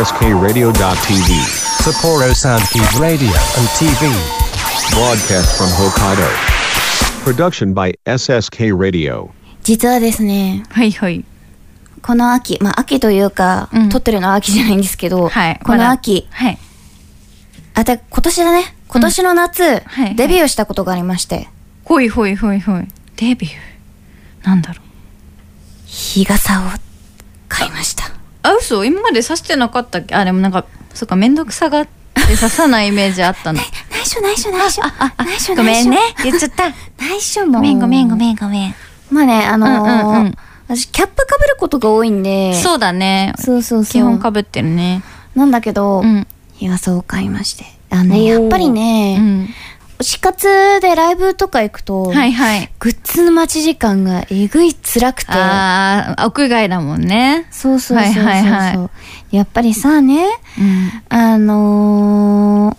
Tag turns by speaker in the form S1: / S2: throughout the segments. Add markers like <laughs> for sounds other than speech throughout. S1: SSKRadio.tv.
S2: Sapporo Soundkeys Radio and TV.
S1: Broadcast from Hokkaido. Production by SSK Radio.
S3: 実はですね
S4: はいはい。
S3: この秋まあ秋というか、
S4: うん
S3: 撮ってるのは秋じゃないんですけど、
S4: はい。
S3: こ
S4: ま
S3: の
S4: だ
S3: 秋、
S4: はい。
S3: あた今年だね今年の夏、
S4: はい
S3: デビューしたことがありまして
S4: ほいほいほいほい。デビュー。なんだろう。
S3: 日傘を買いました
S4: あ、嘘今まで刺してなかったっけあ、でもなんか、そっか、めんどくさがって刺さないイメージあ <laughs> ったの。
S3: 内緒内緒内緒あ内緒
S4: ごめんね
S3: 内。緒
S4: 言っちゃった。
S3: 内緒も
S4: ごめんごめんごめ
S3: んごめんまあねあのー
S4: うんうんうん
S3: 私キャップかぶることが多いんで
S4: そうだね。
S3: そうそうそう
S4: 基本かぶってるね。
S3: なんだけど、
S4: うん。
S3: 日傘を買いましてあのねやっぱり
S4: う
S3: ね、
S4: ん。
S3: 推し活でライブとか行くと、
S4: はいはい。
S3: グッズの待ち時間がえぐい辛くて。
S4: ああ、屋外だもんね。
S3: そうそうそうそうそう、
S4: はいはいは
S3: やっぱりさね、
S4: うん。
S3: あのー、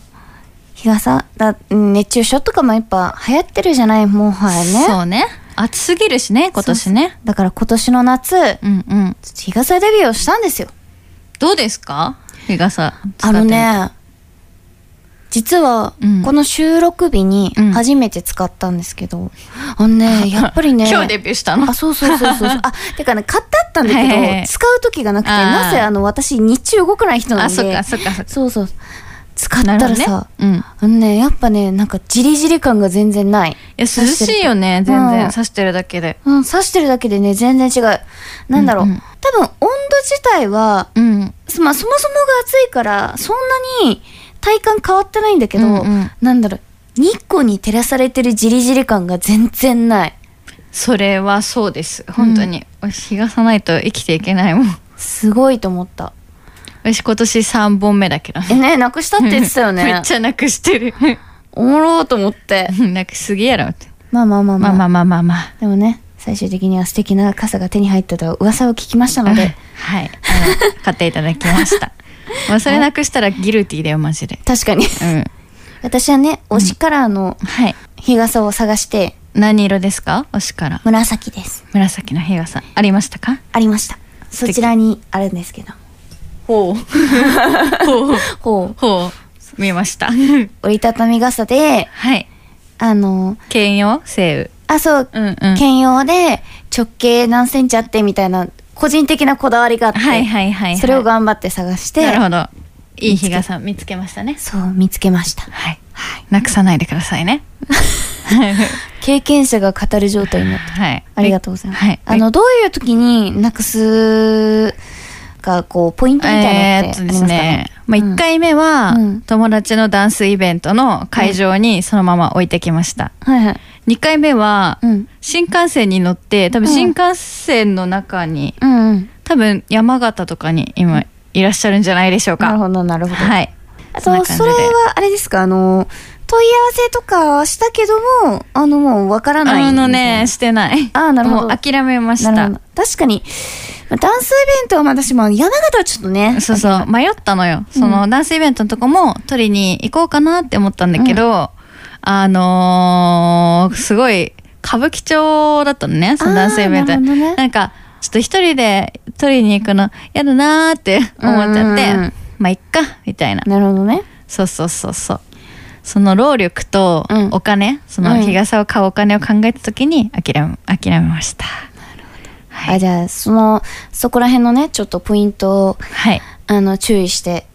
S3: 日傘だ、熱中症とかもやっぱ流行ってるじゃない、もはやね。
S4: そうね。暑すぎるしね、今年ね。
S3: だから今年の夏、
S4: うんうん。
S3: 日傘デビューをしたんですよ。
S4: どうですか日傘。
S3: あの。ね、実は
S4: うん、
S3: この収録日に
S4: うん
S3: 初めて使ったんですけど、
S4: <laughs>
S3: あのね、 <laughs> やっぱりね、
S4: 今日デビューしたの
S3: あ、そうそうそうそう
S4: <laughs>
S3: そう。あ、てかね、買ってあったんだけど、
S4: はいはいはい
S3: 使う時がなくて、
S4: あー
S3: なぜあの、私、日中動かない人なんで。
S4: あ、そっかそっかそっか。
S3: そうそう。使った
S4: な
S3: ら
S4: るほ
S3: さ、
S4: どねうん。
S3: あのね、やっぱね、なんか、じりじり感が全然ない。
S4: いや涼しいよね
S3: 刺してる
S4: 全
S3: う
S4: 然
S3: ん
S4: 刺してるだけで
S3: うん、刺してるだけでね、全然違う。なんだろう。
S4: うんうん
S3: 多分、温度自体は、
S4: うん
S3: そまあ、そもそもが暑いから、そんなに体感変わってないんだけど、
S4: うんうん
S3: なんだろう。日光に照らされてるじりじり感が全然ない。
S4: それはそうです本当に、日がさないと生きていけないもん <laughs>
S3: すごいと思った。
S4: 私今年3本目だけど
S3: え、ね、なくしたって言ってたよね。
S4: <laughs> めっちゃなくしてる <laughs>
S3: おもろーと思って。
S4: なくしすぎやろって
S3: まあまあまあま
S4: ま
S3: あ。
S4: あまあまあまあまあ
S3: でもね、最終的には素敵な傘が手に入ったと噂を聞きましたので。
S4: <laughs> はいあの買っていただきま <laughs> したまあそれなくしたらギルティーだよマジで
S3: 確かに。
S4: うん
S3: 私はね、推しカラーの
S4: はい
S3: 日傘を探して、
S4: 何色ですか推しから
S3: 紫です。
S4: 紫の日傘ありましたか
S3: ありました。そちらにあるんですけど。
S4: ほうほう
S3: こう、
S4: ほう見ました
S3: 折りたたみ傘で、
S4: はい
S3: あの、
S4: 兼用セ
S3: あ、そう、
S4: 雨うんうん
S3: 兼用で直径何センチあってみたいな、個人的なこだわりがあって、
S4: はいはいはいはい
S3: それを頑張って探して、
S4: なるほどいい日傘見つけましたね
S3: そう、見つけました。
S4: はい、なくさないでくださいね
S3: <laughs> 経験者が語る状態になった。
S4: はい
S3: ありがとうございます。
S4: はい、
S3: あの、どういう時になくすか、こう、ポイントみたいな
S4: え
S3: の
S4: ー
S3: っ
S4: ってと
S3: ありま
S4: で
S3: す
S4: す
S3: か
S4: ね
S3: ね、
S4: まあ、
S3: うん
S4: 1回目は、
S3: うん
S4: 友達のダンスイベントの会場にそのまま置いてきました、
S3: はいはい。
S4: 2回目は、
S3: うん。
S4: 新幹線に乗って多分
S3: うん
S4: 新幹線の中に
S3: うんうん。
S4: 多分山形とかに今いらっしゃるんじゃないでしょうか
S3: なるほど、なるほど。
S4: はい
S3: あ
S4: んな
S3: と、
S4: 感じで
S3: それは、あれですか、あの、問い合わせとかはしたけども、あの、もうわからない。
S4: あのね、してない。
S3: あーなるほど
S4: もう諦めま
S3: み
S4: した
S3: いな。な
S4: た
S3: る。ほど確かに、まあダンスイベントはまあ私も山形はちょっとね。
S4: そう
S3: <laughs>
S4: そう、迷ったの
S3: う
S4: よ。
S3: ん
S4: そのダンスイベントのとこも取りに行こうかなって思ったんだけど、あのー、すごい歌舞伎町だったのね、そのダンスイベント。
S3: あーなるほどね
S4: なんか、ちょっと一人で取りに行くの嫌だなーって <laughs> 思っちゃって、
S3: うんうんうん
S4: まあ、いっか、みたいな。
S3: なるほどね。
S4: そうそうそうそう。その労力と
S3: うん
S4: お金、その日傘を買うお金を考えた時に諦め、諦めました。はい
S3: あ、じゃあ、その、そこら辺のね、ちょっとポイントを、
S4: はい。
S3: あの、注意して、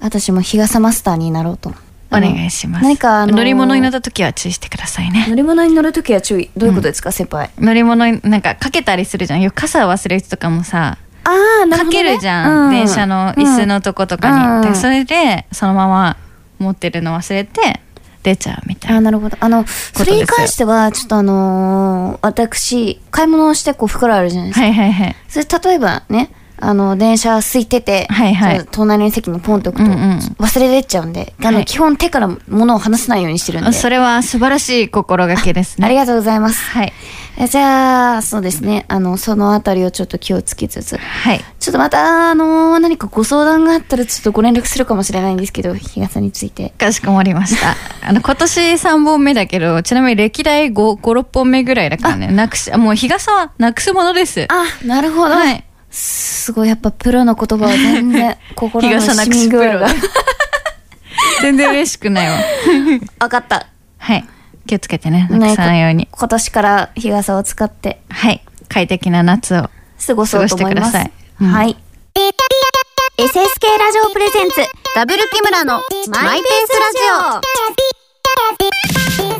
S3: 私も日傘マスターになろうと。
S4: お願いします。
S3: 何か、あの
S4: 乗り物に乗った時は注意してくださいね。
S3: 乗り物に乗るときは注意。どういうことですか、先輩。
S4: 乗り物になんかかけたりするじゃんよく傘忘れる人とかもさ、
S3: ああ、なるほど、
S4: か
S3: ね。
S4: けるじゃん、電車の椅子のとことかに、
S3: うん
S4: でそれでそのまま持ってるの忘れて出ちゃうみた
S3: ああ、
S4: いな
S3: なるほど。あの、それに関しては、ちょっとあのー私、買い物をして、こう、袋あるじゃないですか。
S4: はいはいはい
S3: それ、例えばね、あの、電車空いてて、
S4: はいはい
S3: その隣の席にポンと置くと、
S4: うんうん
S3: 忘れてっちゃうんで、あ
S4: は
S3: の、
S4: い
S3: 基本手から物を離さないようにしてるんで。
S4: それは素晴らしい心がけですね
S3: ありがとうございます。
S4: はい
S3: えじゃあ、そうですね。あの、そのあたりをちょっと気をつけつつ。
S4: はい
S3: ちょっとまた、あのー何かご相談があったら、ちょっとご連絡するかもしれないんですけど、日傘について。
S4: かしこまりました <laughs> あの今年3本目だけどちなみに歴代56本目ぐらいだからねなくしもう日傘はなくすものです
S3: あ、なるほど。
S4: はい
S3: すごいやっぱプロの言葉は全
S4: <laughs>
S3: 然心の
S4: 東
S3: 染
S4: 中
S3: み
S4: 市プ
S3: 具合
S4: ロ
S3: が
S4: <laughs> 全然嬉しくないわ
S3: 分かった
S4: はい気をつけてねなくさないように
S3: ねこ今年から日傘を使って
S4: はい快適な夏を
S3: 過ごそうと思います
S4: 過ごしてくださいうん
S3: はい
S5: SSK ラジオプレゼンツダブル木村のマイペースラジオ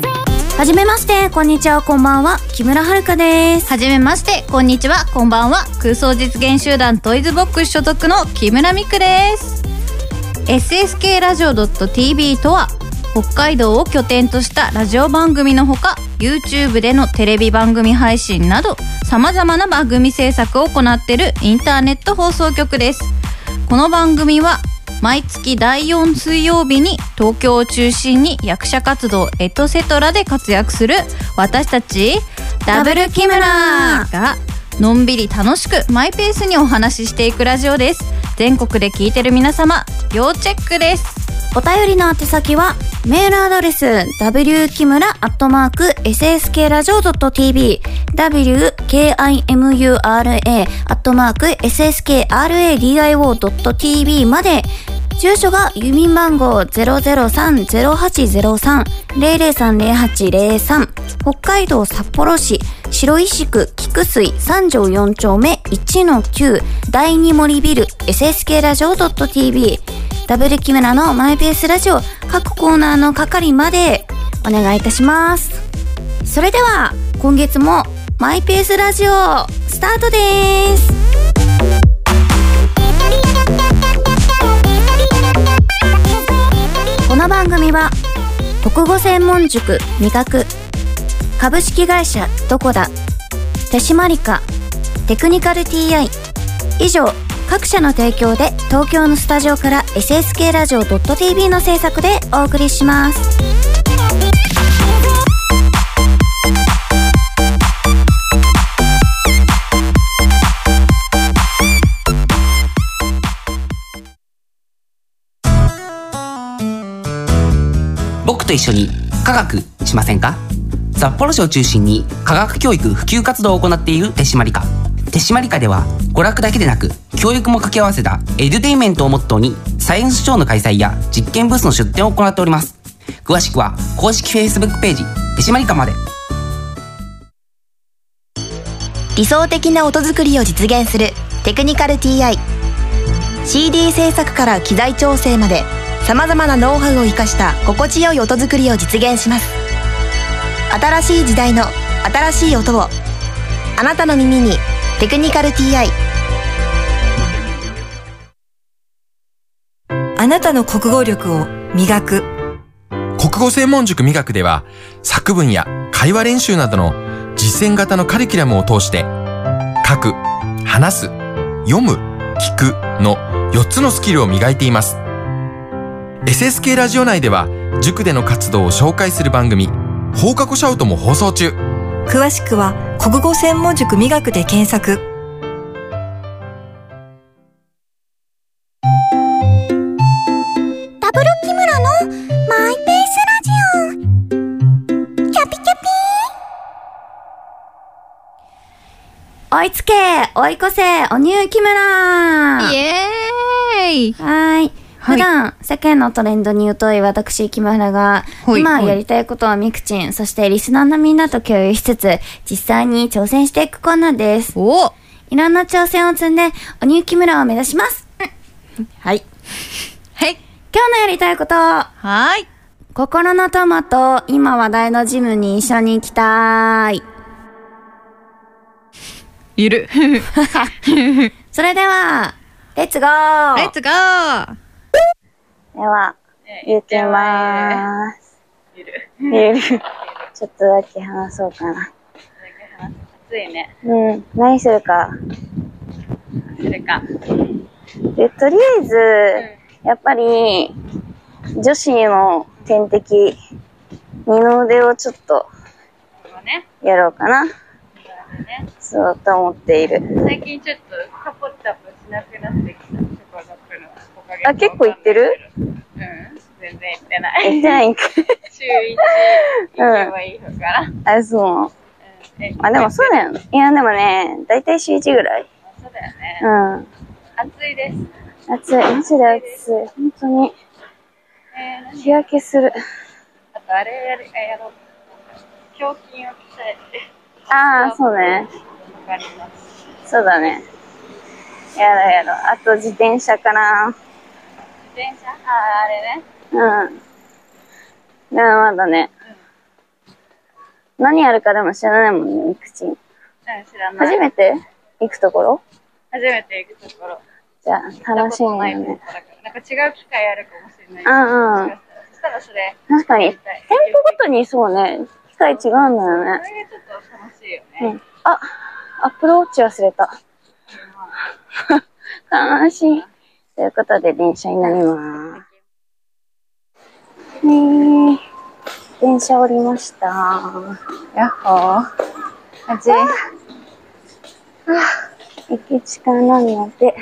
S3: はじめましてこんにちはこんばんは木村遥です
S4: はじめましてこんにちはこんばんは空想実現集団トイズボックス所属の木村美久です SSK ラジオ .tv とは北海道を拠点としたラジオ番組のほか YouTube でのテレビ番組配信などさまざまな番組制作を行っているインターネット放送局ですこの番組は毎月第4水曜日に東京を中心に役者活動エトセトラで活躍する私たちダブル木村がのんびり楽しくマイペースにお話ししていくラジオです全国で聞いてる皆様要チェックです
S3: お便りの宛先は、メールアドレス、w k i m u r a s s k r a d i o t v w k i m u r a s s k r a d i o t v まで、住所が郵便番号003-0803-003-0803北海道札幌市白石区菊水三条4丁目1の9第二森ビル SSK ラジオ .tv ダブル木村のマイペースラジオ各コーナーの係までお願いいたしますそれでは今月もマイペースラジオスタートですこの番組は国語専門塾味覚株式会社どこだ手締まりかテクニカル TI 以上各社の提供で東京のスタジオから SSK ラジオ .tv の制作でお送りします
S6: 僕と一緒に科学しませんか札幌市を中心に科学教育普及活動を行っている手締まり課手締まり課では娯楽だけでなく教育も掛け合わせたエデュテインメントをモットーにサイエンスショーの開催や実験ブースの出展を行っております詳しくは公式 Facebook ページ手締まり課まで
S5: 理想的な音作りを実現するテクニカル TICD 制作から機材調整までさまざまなノウハウを生かした心地よい音作りを実現します新しい時代の新しい音をあなたの耳に「テクニカル TI」
S7: あなたの国語力を磨く。
S8: 国語専門塾美学では作文や会話練習などの実践型のカリキュラムを通して書く、話す、読む、聞くの4つのスキルを磨いています SSK ラジオ内では塾での活動を紹介する番組放課後シャウトも放送中
S7: 詳しくは国語専門塾磨くで検索。
S5: ダブル木村のマイペースラジオキャピキャピ
S3: 追いつけ追い越せおニュー木村
S4: イエーイ
S3: はーい
S4: はい
S3: 普段世間のトレンドに疎い私木村が
S4: ほい
S3: 今
S4: ほい
S3: やりたいことをみくちんそしてリスナーのみんなと共有しつつ実際に挑戦していくコーナーです
S4: おお
S3: いろんな挑戦を積んでおニュー木村を目指します、うんはい
S4: はい
S3: 今日のやりたいこと
S4: はーい
S3: 心のトマト、今話題のジムに一緒に行きたい。
S4: い <laughs> る
S3: それでは、レッツゴー
S4: レッツゴー
S9: では、言ってまーす。ゆる。ゆる。ちょっとだけ話そうかな。
S10: 暑いね。
S9: うん。何するか。
S10: それか。
S9: で、とりあえず、やっぱり、女子の天敵、二の腕をちょっと
S10: このね、
S9: やろうかな。そうと思っている。
S10: 最近ちょっとカポッタプしなくなってきた。チョコザップのおかげ
S9: あ結構行ってる
S10: うん。全然行ってな <laughs>
S9: え、
S10: い。
S9: じゃあいいか。
S10: 週1行けばいいのかな。 <laughs> うん
S9: あ、そう。
S10: え
S9: あ、でもそうだよね。いや、でもね、だいたい週1ぐらい。
S10: そうだだよね。
S9: うん。
S10: 暑いです。
S9: 暑い。マジで暑い。本当に。
S10: えー何
S9: 日焼けする。
S10: あとあれやり、あやろう。胸筋を鍛えて。
S9: ああ、そうね。
S10: わかります。
S9: そうだね。やろうやろう。あと自転車かな。
S10: 自転車ああ、あれね。
S9: うん。でもまだね。何やるかでも知らないもんね、育ち。
S10: うん、知らない。
S9: 初めて行くところ
S10: 初めて行くところ。
S9: じゃあ、楽しみだね
S10: 行ったこ。とないとこだからなんか違う機会あるかもしれない。
S9: うんうん。
S10: そしたらそれ、
S9: 確かに、店舗ごとにそうね、機械違うんだよね
S10: そ。れがちょっと楽しいよね。
S9: うん、あ、アップルウォッチ忘れた。 <laughs> 悲しい。ということで、電車に乗ります。ねえ、電車降りました。やっほー。
S10: 暑い。
S9: 駅近なので、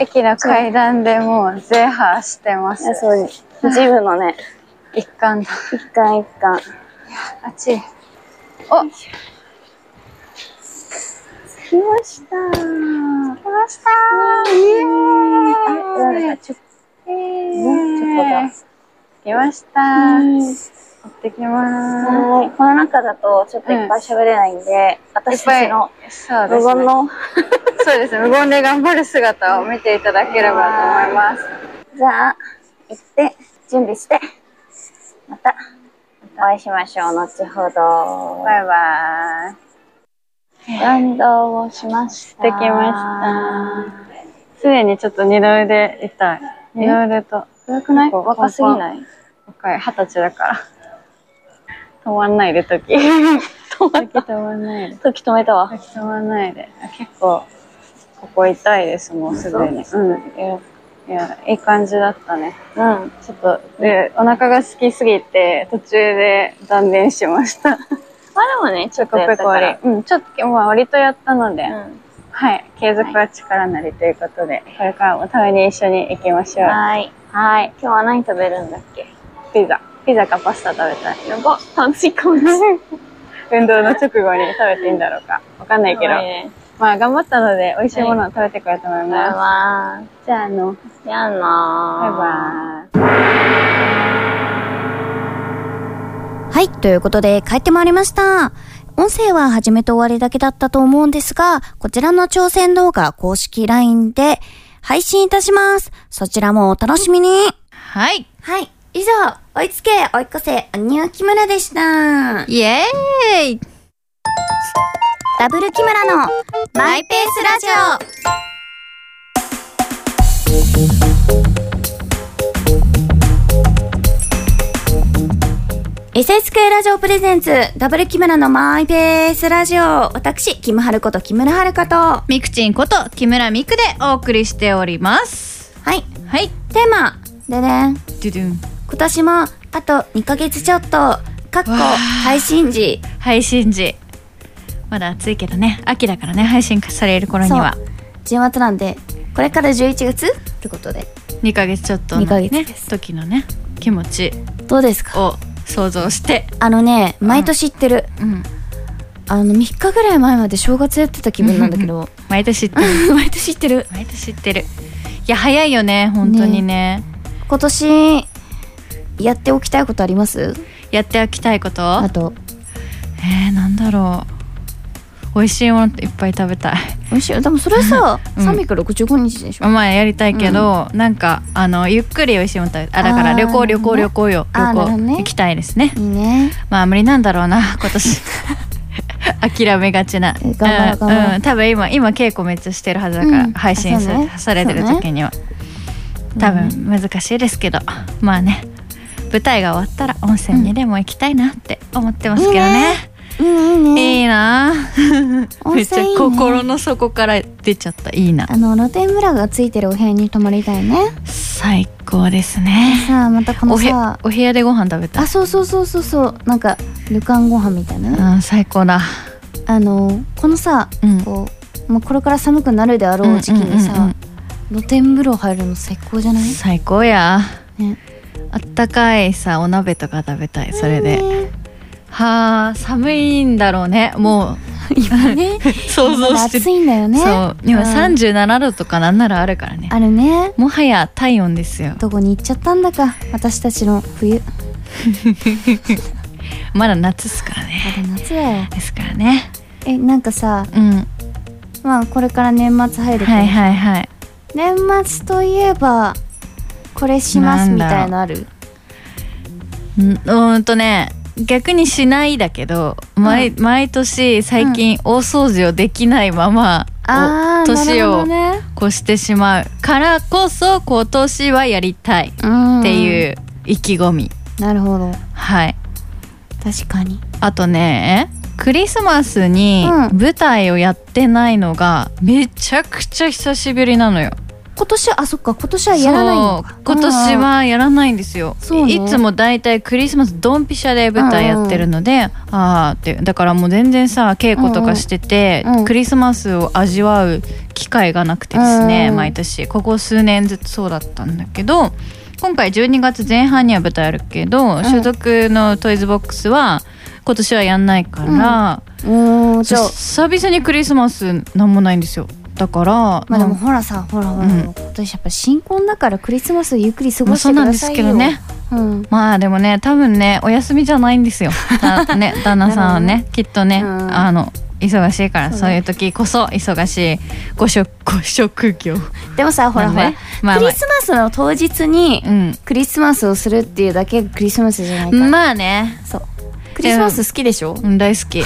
S10: 駅の階段でもうゼーハーしてます。
S9: あそう、ジムのね、
S10: 一貫だ。
S9: 一貫一貫。
S10: 暑い。
S9: 来ましたー。来ましたー。イエーイ。あ、ちょっと、ね、ちょっとだ。
S10: 来ました。
S9: うん
S10: 持ってきま
S9: はい。この中だと、ちょっといっぱい喋れないんで、
S10: す。
S9: 私たちの、
S10: そうで
S9: 無
S10: す
S9: 言
S10: ね。
S9: の、
S10: そうですね。無言で頑張る姿を見ていただければと思います。
S9: じゃあ、行って、準備して、また、お会いしましょう。後ほど。
S10: バイバーイ。
S9: 運動をしました。
S10: できました。すでにちょっと二の腕痛い。二の腕と。
S9: よくない
S10: ここ
S9: 若すぎない
S10: 若い。二十歳だから。止まんないで、
S9: <laughs>
S10: 時。止ま時止まんないで。
S9: 時止めたわ。
S10: 時止まんないで。あ結構、ここ痛いです、もうすでに。うん。いやいや、いい感じだったね。
S9: うん。
S10: ちょっと、で、お腹が好きすぎて、途中で断念しました。
S9: まあでもね、ちょっと
S10: コ
S9: や
S10: ペ
S9: った
S10: コ
S9: か
S10: リ
S9: ら。。
S10: うん、ちょっと、まあ、割とやったので、
S9: うん
S10: はい、継続は力なりということで、これからも食べに一緒に行きましょう。
S9: はい。はい。今日は何食べるんだっけ
S10: ピザ。ピザかパスタ食べたい。
S9: やば、炭水化物。
S10: 運動の直後に食べていいんだろうか。わかんないけど。
S9: ね。
S10: まあ、頑張ったので、美味しいものを食べてくれたと思い
S9: バイ
S10: ま
S9: バ
S10: す。じゃあ、あの、
S9: イ。やん
S10: バイ
S9: な
S10: バーイ。
S3: はい、ということで帰ってまいりました。音声は始めと終わりだけだったと思うんですが、こちらの挑戦動画公式 LINE で配信いたします。そちらもお楽しみに。
S4: はい。
S3: はい、以上、追いつけ、追い越せ、アニュー木村でした。
S4: イエーイ
S3: ダブル木村のマイペースラジオ。SSK ラジオプレゼンツダブル木村のマイペースラジオ私キムハルこと木村遥と
S4: みくちんこと木村みくでお送りしております。
S3: はい
S4: はい。
S3: テーマでねん
S4: ドゥドゥン。
S3: 今年もあと2ヶ月ちょっとかっこ
S4: わあ
S3: 配信時
S4: 配信時。まだ暑いけどね。秋だからね、配信される頃には。
S3: 10月なんでこれから11月ってことで
S4: 2ヶ月ちょっとの
S3: 二ヶ月
S4: ね
S3: です、
S4: 時のね、気持ち
S3: どうですか
S4: を想像して。
S3: あのね毎年言ってる、
S4: うん。
S3: あの3日ぐらい前まで正月やってた気分なんだけど
S4: 毎年
S3: <laughs>
S4: 言ってる。
S3: 毎年言ってる
S4: 毎年言ってる。いや、早いよね、本当にね。
S3: 今年やっておきたいことあります
S4: やっておきたいこと
S3: あと
S4: えー、なんだろう。美味しいものいっぱい食べたい。 <laughs>
S3: 美味しいでもそれさ、
S4: うん
S3: 365日でしょ
S4: まあやりたいけど、なんかあのゆっくり美味しいもの食べあだから
S3: あー
S4: 旅行旅行
S3: なる
S4: 旅
S3: ほ
S4: 行よ
S3: あー
S4: 旅
S3: なるほ
S4: 行、
S3: どね
S4: 行きたいですね
S3: いいね
S4: まあ無理なんだろうな
S3: <laughs>
S4: 今年諦めがちな
S3: え頑張ろう
S4: う
S3: 頑
S4: ん
S3: 張ろう
S4: うん、多分今今稽古めっちゃしてるはずだから、
S3: うん
S4: 配信す
S3: あそうね
S4: されてる時には、多分難しいですけどまあね舞台が終わったら温泉にでも行きたいなって思ってますけどね、
S3: いいねいいね
S4: いいな
S3: 温
S4: めっち
S3: 泉
S4: ゃ
S3: いいね
S4: 心の底から出ちゃったいいな
S3: あの露天風呂がついてるお部屋に泊まりたいね
S4: 最高ですね
S3: さあまたこの
S4: おへ
S3: さ
S4: お部屋でご飯食べた
S3: あそうそうそうそうそうなんか旅館ご飯みたいなね、
S4: うん最高だ
S3: あのこのさ
S4: うん
S3: こう、まあ、これから寒くなるであろう時期にさ、
S4: うんうんうん
S3: 露天風呂入るの最高じゃない
S4: 最高や
S3: ね
S4: あったかいさお鍋とか食べたいそれで
S3: ね
S4: はあ寒いんだろうねもう
S3: 今ね
S4: <laughs> 想像してる
S3: 暑いんだよね
S4: そう今
S3: ん
S4: 37度とかなんならあるからね
S3: あるね
S4: もはや体温ですよ
S3: どこに行っちゃったんだか私たちの冬
S4: まだ夏っすからね
S3: まだ夏だよ
S4: ですからね
S3: えなんかさ
S4: うん
S3: まあこれから年末入るけど、
S4: はいはいはい
S3: 年末といえばこれしますみたいのある
S4: うんうーんとね逆にしないだけど毎,、毎年最近大掃除をできないまま、
S3: あ
S4: お
S3: ーな
S4: 年
S3: るほ
S4: を
S3: どね
S4: 越してしまうからこそ今年はやりたいっ
S3: うん
S4: ていう意気込み、
S3: なるほど
S4: はい
S3: 確かに
S4: あとねクリスマスに
S3: うん
S4: 舞台をやってないのがめちゃくちゃ久しぶりなのよ
S3: 今年あそっか今年はやらないのか
S4: そう今年はやらないんですよ、
S3: そうね
S4: いつも大体クリスマスドンピシャで舞台やってるので、ああってだからもう全然さ稽古とかしてて、
S3: うんうん
S4: クリスマスを味わう機会がなくてです
S3: う
S4: ね、
S3: んうん
S4: 毎年ここ数年ずつそうだったんだけど今回12月前半には舞台あるけど、
S3: ん
S4: 所属のトイズボックスは今年はやんないから、
S3: うんじゃあ
S4: 久々にクリスマスなんもないんですよだから、
S3: まあでもほらさほらほら、
S4: うん
S3: 今年やっぱ新婚だからクリスマスをゆっくり過
S4: ま
S3: ご
S4: あ
S3: して
S4: そう
S3: く
S4: なん
S3: だ
S4: です
S3: さい
S4: け
S3: よ、
S4: どね、
S3: うん
S4: まあでもね多分ねお休みじゃないんですよ。
S3: <laughs>
S4: だね旦那さん
S3: な
S4: は
S3: る
S4: ねきっとね、
S3: うん
S4: あの忙しいから
S3: そう
S4: そう,、
S3: ね
S4: いう時こそ忙しいご職ご職業。
S3: でもさほらほら、
S4: まあねまあまあ
S3: クリスマスの当日に
S4: うん。
S3: クリスマスをするっていうだけがクリスマスじゃないから、
S4: まあね、
S3: そうクリスマス好きでしょ
S4: うん、大
S3: <laughs>
S4: 好き。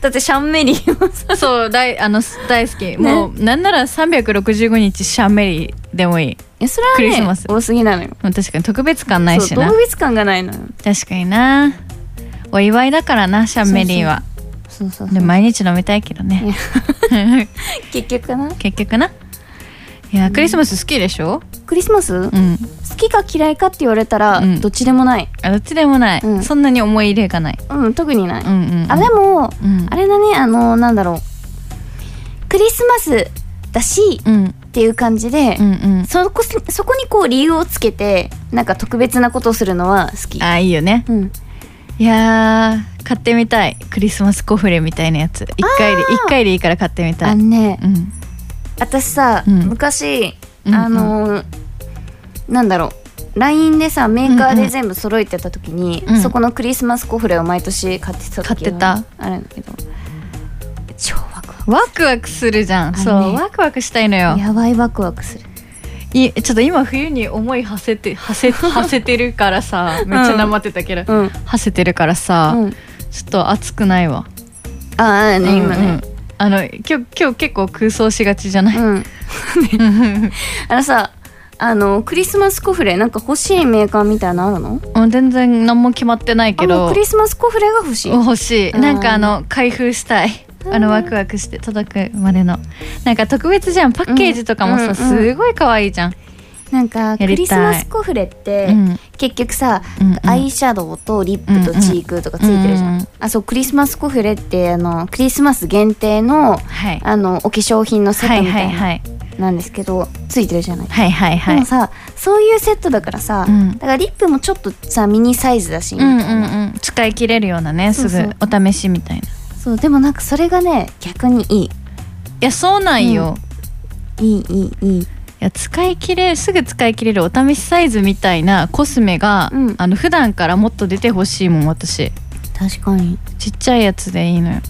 S3: だってシャンメリーもさ
S4: そう大あの大好き。もう、なんなら365日シャンメリーでもいい。
S3: えそれはね
S4: クリスマス
S3: 多すぎなのよ
S4: もう確かに特別感ないし
S3: そう
S4: な
S3: 動。物感がないのよ
S4: 確かにな。お祝いだからなシャンメリーは。
S3: そうそう
S4: で毎日飲みたいけどね。
S3: 結局な
S4: <laughs> 結局な。いやクリスマス好きでしょ？
S3: クリスマス、好
S4: うん。
S3: きか嫌いかって言われたら、
S4: うん
S3: どっちでもない
S4: あどっちでもない、
S3: うん
S4: そんなに思い入れがない、
S3: うん特にない、
S4: うんうんうん
S3: あでも、
S4: うん
S3: あれだねあのなんだろうクリスマスだし
S4: うん、うん
S3: っていう感じで、
S4: うん
S3: そこそこにこう理由をつけてなんか特別なことをするのは好き、
S4: あーいいよね
S3: うん、
S4: いやー買ってみたいクリスマスコフレみたいなやつ一回で一回でいいから買ってみた
S3: あ
S4: い
S3: のね
S4: うん
S3: 私さ、
S4: うん
S3: 昔
S4: うん
S3: あのーなんだろう LINE でさメーカーで全部揃えてた時に、
S4: うんうん
S3: そこのクリスマスコフレを毎年買ってた時が
S4: 買って
S3: あるんだけど超ワクワ
S4: ワクワクするじゃん、
S3: あの
S4: そう
S3: ね
S4: ワクワクしたいのよ
S3: クやばいワクワクする
S4: いちょっと今冬に思いはせて
S3: <laughs>
S4: はせはせてるからさめっちゃなまってたけど、
S3: うん、うん、
S4: はせてるからさ、
S3: あ
S4: ちょっと暑くないわ、
S3: あーね、今
S4: うんう
S3: ね
S4: んあの今日今日結構空想しがちじゃない、
S3: うん、 <laughs> あのさあのクリスマスコフレなんか欲しいメーカーみたいなのあるの
S4: もう全然何も決まってない
S3: あ
S4: け
S3: もう
S4: ど
S3: クリスマスコフレが欲しい
S4: 欲しい
S3: うん
S4: なんかあの開封したいあのワクワクして届くまでのなんか特別じゃんパッケージとかも
S3: うん
S4: さ
S3: うんうん
S4: すごい可愛いじゃん
S3: なんかク
S4: やりたい
S3: リスマスコフレって、
S4: うん
S3: 結局さ、
S4: うんうん
S3: アイシャドウとリップとチークとかついてるじゃん、
S4: うんうん
S3: あそうクリスマスコフレってあのクリスマス限定の
S4: はい
S3: あのお化粧品のセッ
S4: は
S3: ト
S4: い
S3: み
S4: は
S3: た
S4: い
S3: いな
S4: はい
S3: なんですけど、ついてるじゃない、
S4: はいはいは
S3: で
S4: い
S3: もさそういうセットだからさ、
S4: うん
S3: だからリップもちょっとさミニサイズだしみ
S4: う
S3: たい
S4: んう
S3: な、
S4: んうん使い切れるようなねす
S3: そうそ
S4: ぐ
S3: う
S4: お試しみたいない
S3: そうでもなんかそれがね逆にいい
S4: やそうなんよ
S3: いいいいいい
S4: いや使い切れすぐ使い切れるお試しサイズみたいなコスメが
S3: うん
S4: あの普段からもっと出てほしいもん私
S3: 確かに
S4: ちっちゃいやつでいいのよ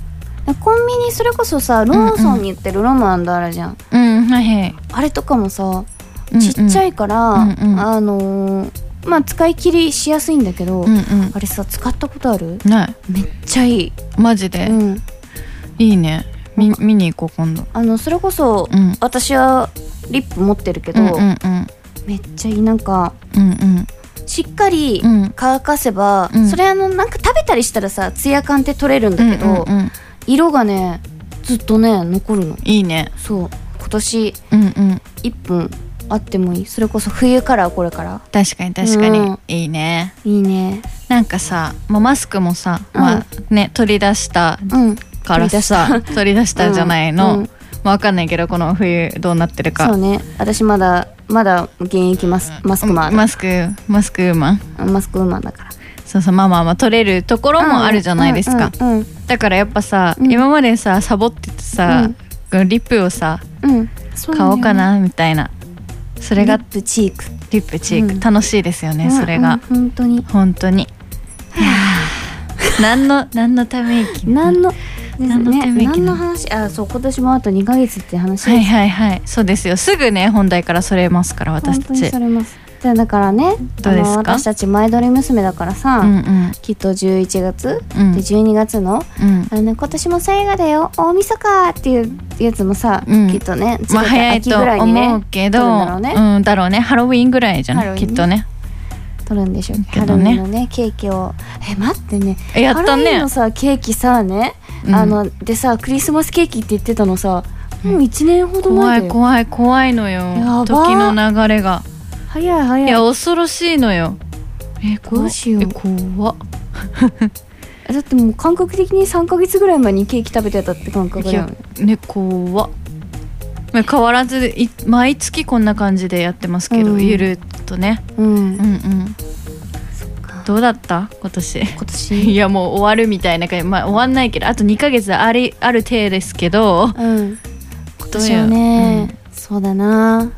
S3: コンビニそれこそさローソンに売ってるロマンドあるじゃん、
S4: うんはいはい
S3: あれとかもさ
S4: うんうん
S3: ちっちゃいから、
S4: うんうん
S3: あのーまあ使い切りしやすいんだけど、
S4: うんうん
S3: あれさ使ったことある
S4: ない
S3: めっちゃいい、
S4: マジで
S3: うん、
S4: いいねみ見に行こう今度
S3: あのそれこそ、
S4: うん
S3: 私はリップ持ってるけ
S4: う
S3: ど、
S4: んうんうん
S3: めっちゃいいなんか
S4: うんうん
S3: しっかり
S4: うん
S3: 乾かせば、
S4: うん
S3: それあのなんか食べたりしたらさツヤ感って取れるんだけど、
S4: うんうんうん
S3: 色がねずっとね残るの
S4: いいね
S3: そう今年
S4: うんうん
S3: 1分あってもいいそれこそ冬からこれから
S4: 確かに確かに、
S3: うん
S4: いいね
S3: いいね
S4: なんかさ、まあ、マスクもさ、
S3: うん
S4: まあね取り出した
S3: うん
S4: からさ取り出したじゃないの、
S3: うんうん
S4: まあ、分かんないけどこの冬どうなってる
S3: <laughs>
S4: か
S3: そうね私まだまだ現役マスマスクマン
S4: マスクマスクウーマン
S3: マスクウーマンだから
S4: そうそうまあまあまあ取れるところもあるじゃないですか、
S3: うんうんうん
S4: だからやっぱさ、今までさサボっててさ、リップをさ
S3: うん
S4: 買おうかなみたいなそれがリッ
S3: プチーク
S4: リップチーク、
S3: うん
S4: 楽しいですよね、それが、
S3: 本当に
S4: 本当にいやー何の何のため息
S3: 何の
S4: 何のため
S3: ね、
S4: 息
S3: 何
S4: なの
S3: の話あそう今年もあと2ヶ月って話
S4: はいはいはいそうですよすぐね本題からそれますから私
S3: 本
S4: た
S3: 当に
S4: ち
S3: それますでだからね
S4: どうですか
S3: あの私たち前撮り娘だからさ、
S4: うんうん
S3: きっと11月、
S4: うん
S3: で12月の
S4: うん
S3: あのね今年も最後だよ大晦日っていうやつもさ、
S4: うん
S3: きっとね
S4: まあ早い
S3: 次
S4: と
S3: の秋ぐらにね
S4: 思うけど
S3: 撮るんだろうね、
S4: うんだろうねハロウィンぐらいじゃ
S3: ハロウィ
S4: ん
S3: ン
S4: き
S3: ね
S4: っとね
S3: 撮るんでしょう
S4: け
S3: ハロ
S4: ど
S3: ウ
S4: ね
S3: ィンのねケーキをえ待ってね
S4: えやった
S3: ハロウィン
S4: ね
S3: のさケーキさね、
S4: うん
S3: あのでさクリスマスケーキって言ってたのさもう1年ほど
S4: 怖
S3: 前だ
S4: い
S3: よ
S4: 怖い怖いのよ
S3: ば
S4: 時の流れが
S3: 早い早
S4: い
S3: い
S4: や恐ろしいのよえこ
S3: どうしよう
S4: え怖っ
S3: だってもう感覚的に3ヶ月ぐらい前にケーキ食べてたって感覚だよね
S4: ね怖っまあ変わらずい毎月こんな感じでやってますけど、
S3: うん
S4: ゆるっとね
S3: うん
S4: うんうんどうだった今年 <laughs>
S3: 今
S4: い
S3: 年
S4: やもう終わるみたいな感じまあ終わんないけどあと2ヶ月ありある程ですけど
S3: うん今
S4: どう
S3: 年
S4: や
S3: はね、そうだな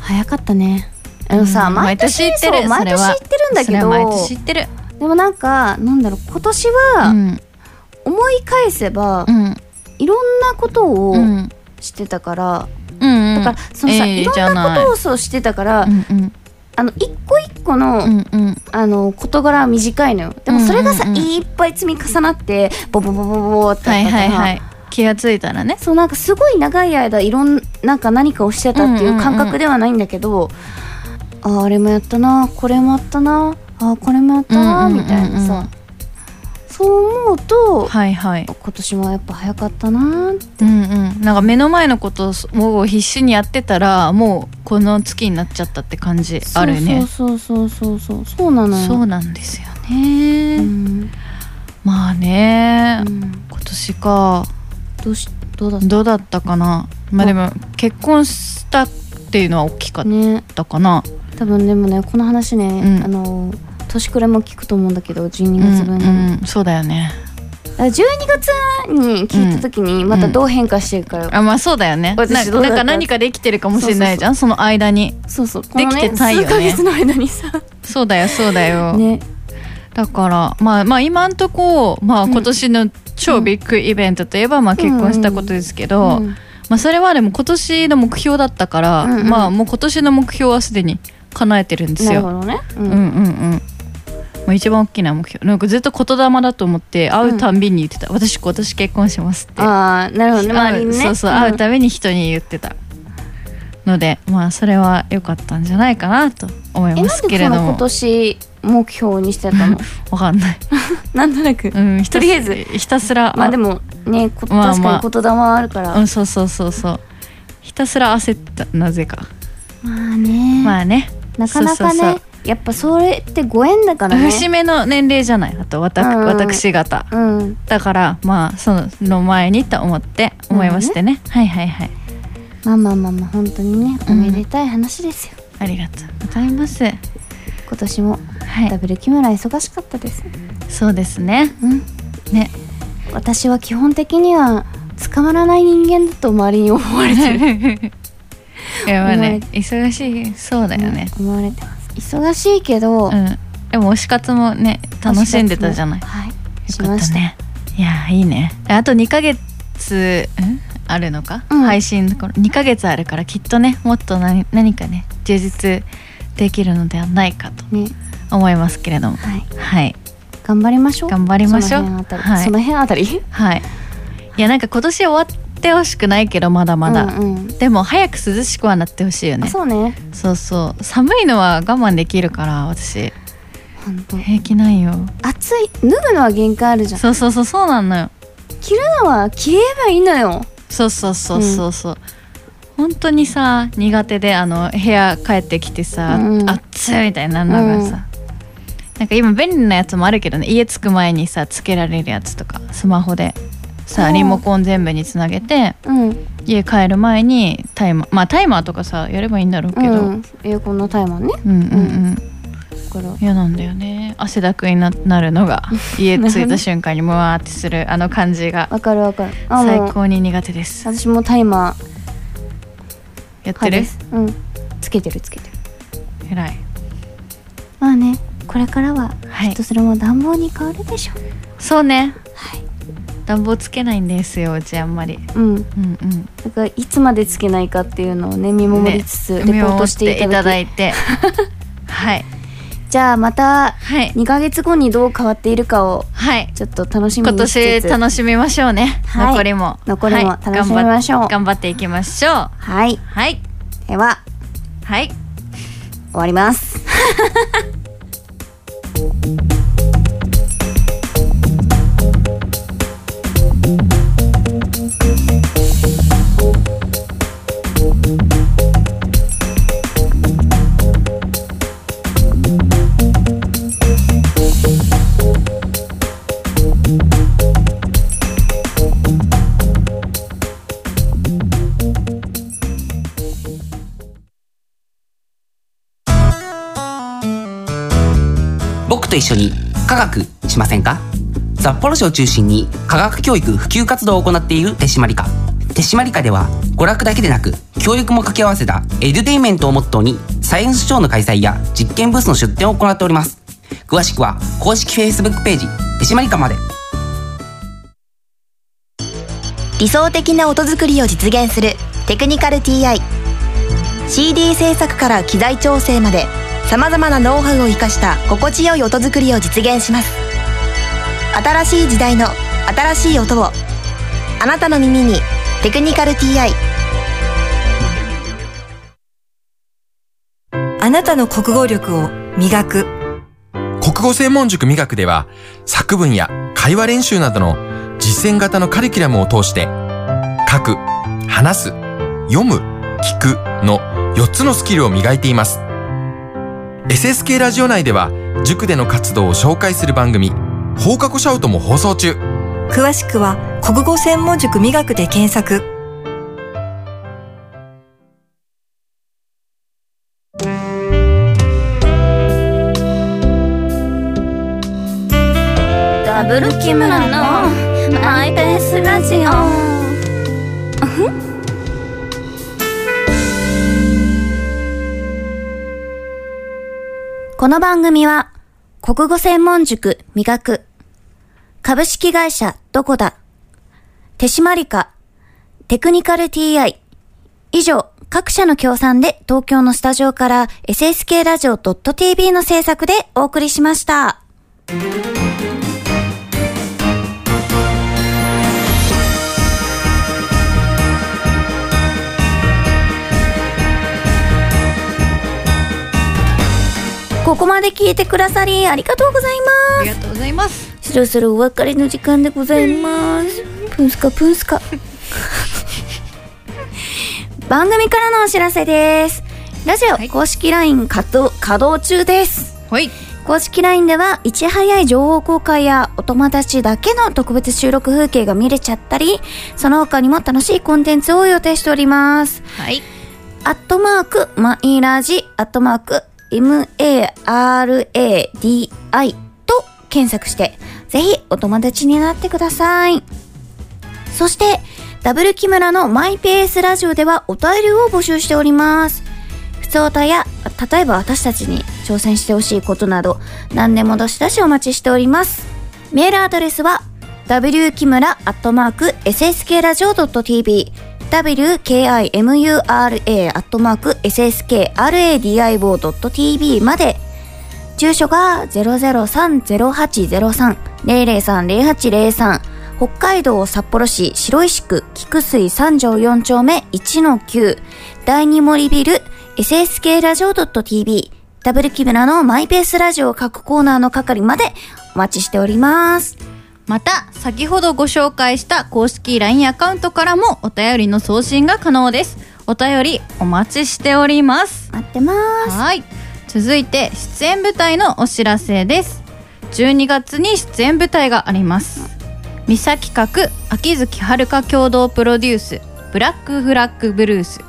S3: 早かったねあのさ、
S4: うん
S3: 毎年
S4: 毎年言ってる
S3: そう
S4: そ
S3: 毎
S4: れは
S3: 年言ってるんだ
S4: そ
S3: け
S4: れは
S3: ど
S4: 毎年知ってる
S3: でもなんかなんだろう今年
S4: う
S3: は
S4: ん
S3: 思い返せば、
S4: うん
S3: いろんなことを
S4: うん
S3: してたから、
S4: うん
S3: だからそのさ、
S4: ええ
S3: いろん
S4: じゃな
S3: ないことをそうしてたから、
S4: うんうん
S3: あの一個一個の、
S4: うんうん
S3: あの事柄は短いのよでもそれがさ、
S4: うんうんうん
S3: いっぱい積み重なってボボボボボボって
S4: は
S3: やっ
S4: い
S3: たから、
S4: はいはい気がついたらね
S3: そうなんかすごい長い間いろんなんか何かをしてたっていう感覚ではないんだけど、あーあれもやったなこれもやったなあーこれもやったな、
S4: うんうんうんうん
S3: みたいなさそう思うと、
S4: はいはい
S3: 今年もやっぱ早かったなー
S4: うんうんなんか目の前のことを必死にやってたらもうこの月になっちゃったって感じあるね
S3: そうそうそうそうそうそうなのよ
S4: そうなんですよ
S3: う
S4: ね
S3: ん
S4: まあね
S3: うん
S4: 今年か
S3: どうしどうだっ
S4: どうだったかなまあでも結婚したっていうのは大きか
S3: た
S4: っ
S3: ね
S4: たかな
S3: 多分でもねこの話ね、
S4: うん
S3: あの年くれも聞くと思うんだけど
S4: う
S3: 12
S4: ん
S3: 月分、
S4: うんそうだよね
S3: だから12月に聞いた時にまたどう変化してるか、
S4: あまあそうだよねな
S3: 私どうだ
S4: な
S3: った
S4: んか何かできてるかもしれないじゃんその間に
S3: そうそうこの
S4: で
S3: ね
S4: きてたいよね
S3: 数ヶ月の間にさ
S4: そうだよそうだよ
S3: ね
S4: だからまあまあ今んとこ、まあ、今年の超ビッグイベントといえば、まあ、結婚したことですけど、
S3: うん
S4: まあ、それはでも今年の目標だったから、
S3: うんうん
S4: まあもう今年の目標はすでに叶えてるんです
S3: なるほ
S4: よ。
S3: どねうん
S4: うんうんうんまあ、一番大きな目標なんかずっと言霊だと思って会うたんびに言ってた「私私結婚します」って
S3: ああなるほどね周りにね
S4: そうそう、会うたびに人に言ってたのでまあそれは良かったんじゃないかなと思い
S3: え
S4: ま
S3: なん
S4: す
S3: で
S4: けれ
S3: その
S4: ど
S3: 今
S4: も
S3: 年目標にして
S4: <laughs>
S3: たの
S4: わかんない、
S3: なんとなく <laughs>
S4: うん、ひたす
S3: とりあえず
S4: ひたすら
S3: まあでもねこ
S4: まあ
S3: 確
S4: まあ
S3: かに言霊はあるから、
S4: あうんそうそうそうそうひたすら焦ったなぜか
S3: まあね、
S4: まあね
S3: なかなかね
S4: そうそう
S3: やっぱそれってご縁だからね
S4: 節目の年齢じゃないあとわた
S3: うんうん
S4: 私方
S3: うん
S4: だからまあその前にと思って思いましてね,、はいはいはい
S3: まあまあまあまあ本当にね
S4: う
S3: お
S4: ん
S3: めでたい話ですよ、
S4: ありがとうございますは
S3: 今年もダ
S4: い
S3: ブル木村忙しかったです、
S4: そうですね
S3: うん
S4: ね
S3: 私は基本的には捕まらない人間だと周りに思われてる
S4: いやまあね
S3: 思
S4: 忙しいそうだよね
S3: 思われてます忙しいけど、
S4: うんでも推し活もね楽しんでたじゃない
S3: はいし
S4: よか
S3: ま
S4: った
S3: した
S4: ねいやいいねあと2ヶ月んあるのか、
S3: うん
S4: 配信この2ヶ月あるからきっとねもっと何何かね充実できるのではないかと
S3: ね
S4: 思いますけれども
S3: はい
S4: はい
S3: 頑張りましょう
S4: 頑張りましょう
S3: その辺あたり、
S4: はい
S3: その辺あたり
S4: はいいやなんか今年終わってほしくないけどまだまだ、
S3: うんうん
S4: でも早く涼しくはなってほしいよ
S3: あ
S4: ね
S3: そうね
S4: そうそう寒いのは我慢できるから私
S3: 本当
S4: 平気ないよ
S3: 暑い脱ぐのは限界あるじゃん
S4: そうそうそうそうなのよ
S3: 着るのは着ればいいのよ
S4: そうそうそうそうそう、本当にさ苦手であの部屋帰ってきてさ、
S3: うんうん
S4: 暑いみたいになるのがさ、なんか今便利なやつもあるけどね家着く前にさつけられるやつとかスマホでさ
S3: あー
S4: リモコン全部につなげて
S3: うん
S4: 家帰る前にタイマーまあタイマーとかさやればいいんだろうけど、
S3: うんエアコンのタイマーね
S4: うんうんうん
S3: から
S4: 嫌なんだよね汗だくになな
S3: <laughs>
S4: るのが家着いた瞬間にムワーってするあの感じが
S3: わかるわかるあもう
S4: 最高に苦手です
S3: 私もタイマ
S4: やっ
S3: ー派
S4: てる
S3: ですうんつけてるつけてる
S4: 偉い
S3: まあねこれからは
S4: はい
S3: きっとそれも暖房に変わるでしょ
S4: そうね暖房つけないんですようちあんまり
S3: うん
S4: うんうん
S3: だからいつまでつけないかっていうのをね見守りつつ、
S4: ね
S3: レポートしていただき
S4: 見守っていただい
S3: <laughs>
S4: てはい
S3: じゃあまた
S4: はい
S3: 2ヶ月後にどう変わっているかを
S4: はい
S3: ちょっと楽しみ
S4: 今
S3: にし
S4: 年
S3: つつ
S4: 楽しみましょうね、
S3: はい
S4: 残りも
S3: 残りも
S4: はい
S3: 楽しみましょう
S4: 頑張っ頑張っていきましょう
S3: はい
S4: はい
S3: では
S4: はい
S3: 終わります
S6: 僕と一緒に科学しませんか札幌市を中心に科学教育普及活動を行っている手締まり課手締まり課では娯楽だけでなく教育も掛け合わせたエデュテインメントをモットーにサイエンスショーの開催や実験ブースの出展を行っております詳しくは公式 Facebook ページ手締まり課まで
S5: 理想的な音作りを実現するテクニカル TICD 制作から機材調整までさまざまなノウハウを生かした心地よい音作りを実現します新しい時代の新しい音をあなたの耳に「テクニカル TI」
S7: あなたの国語力を磨く
S8: 国語専門塾美学では作文や会話練習などの実践型のカリキュラムを通して書く、話す、読む、聞くの4つのスキルを磨いています。SSK ラジオ内では塾での活動を紹介する番組放課後シャウトも放送中。
S7: 詳しくは国語専門塾美学で検索
S3: ダブル木村のマイペースラジオこの番組は国語専門塾磨く株式会社どこだ手締まり課テクニカル TI 以上各社の協賛で東京のスタジオから SSK ラジオ .tv の制作でお送りしました。ここまで聞いてくださりありがとうございます
S4: ありがとうございます
S3: そろそろお別れの時間でございます。プンスカプンスカ。 <laughs> 番組からのお知らせです。ラジ
S4: い
S3: オ公式 LINE 稼働稼働中です。
S4: ほい
S3: 公式 LINE ではいち早い情報公開やお友達だけの特別収録風景が見れちゃったり、その他にも楽しいコンテンツを予定しております。
S4: はい
S3: アットマーク、マイラジ、アットマーク、MARADI と検索して、ぜひお友達になってください。そして、ダブル木村のマイペースラジオではお便りを募集しております。普通歌や、例えば私たちに挑戦してほしいことなど、何でもどしどしお待ちしております。メールアドレスは、w k i m u r a s s k r a d i o t v wkimura.sskradio.tv まで住所が003-0803-003-0803北海道札幌市白石区菊水三条4丁目1-9第二森ビル SSK ラジオ .tv ダブルキムラのマイペースラジオ各コーナーの係までお待ちしております。
S4: また先ほどご紹介した公式 LINE アカウントからもお便りの送信が可能ですお便りお待ちしております
S3: 待ってます。
S4: はい続いて出演舞台のお知らせです12月に出演舞台があります三崎企画秋月遥共同プロデュースブラックフラッグブルース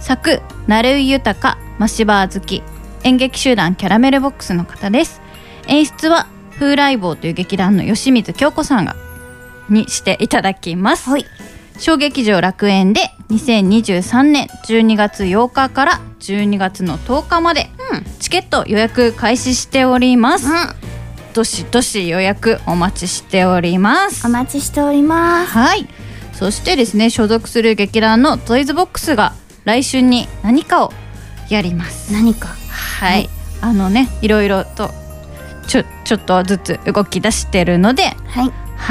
S4: 作成井豊真柴あずき演劇集団キャラメルボックスの方です演出は風来坊という劇団の吉水京子さんがにしていただきます、小劇場楽園で2023年12月8日から12月の10日まで、チケット予約開始しております、どしどし予約お待ちしておりますお
S3: 待ちしております
S4: はいそしてですね所属する劇団のトイズボックスが来春に何かをやります
S3: 何か
S4: はい、あのねいろいろとちょちょっとずつ動き出してるので
S3: は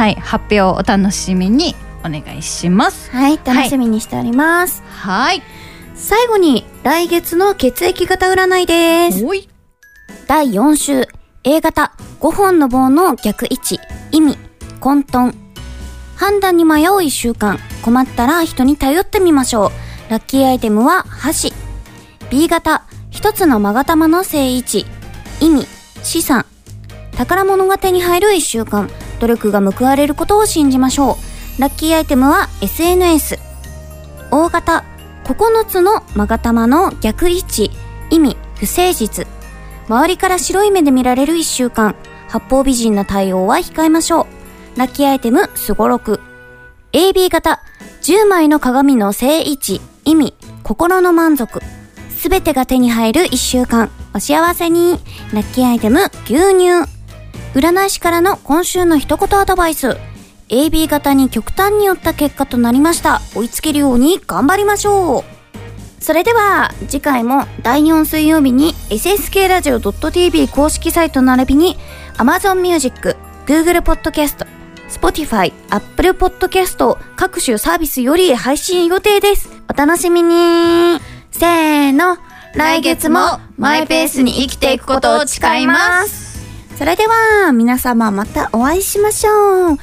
S3: い、
S4: 発表をお楽しみにお願いします
S3: はい楽しみにしております
S4: はい
S3: 最後に来月の血液型占いです第4週 A 型5本の棒の逆位置意味混沌判断に迷う1週間困ったら人に頼ってみましょうラッキーアイテムは箸 B 型一つの勾玉の正位置意味資産宝物が手に入る1週間努力が報われることを信じましょうラッキーアイテムは SNS O 型9つの勾玉の逆位置意味不誠実周りから白い目で見られる1週間八方美人な対応は控えましょうラッキーアイテムすごろく AB 型10枚の鏡の正位置意味心の満足すべてが手に入る1週間お幸せにラッキーアイテム牛乳占い師からの今週の一言アドバイス AB 型に極端によった結果となりました追いつけるように頑張りましょうそれでは次回も第4水曜日に SSK ラジオ .tv 公式サイト並びに Amazon Music、Google Podcast、Spotify、Apple Podcast 各種サービスより配信予定ですお楽しみにせーの来月もマイペースに生きていくことを誓いますそれでは皆様またお会いしましょう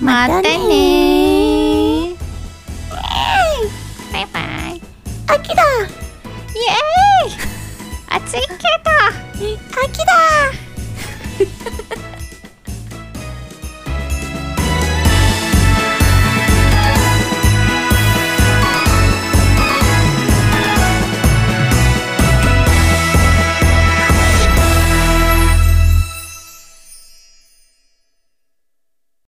S3: またね
S11: バイバイ
S3: <laughs> 秋だ <laughs>
S11: イエーイ暑いけど秋だ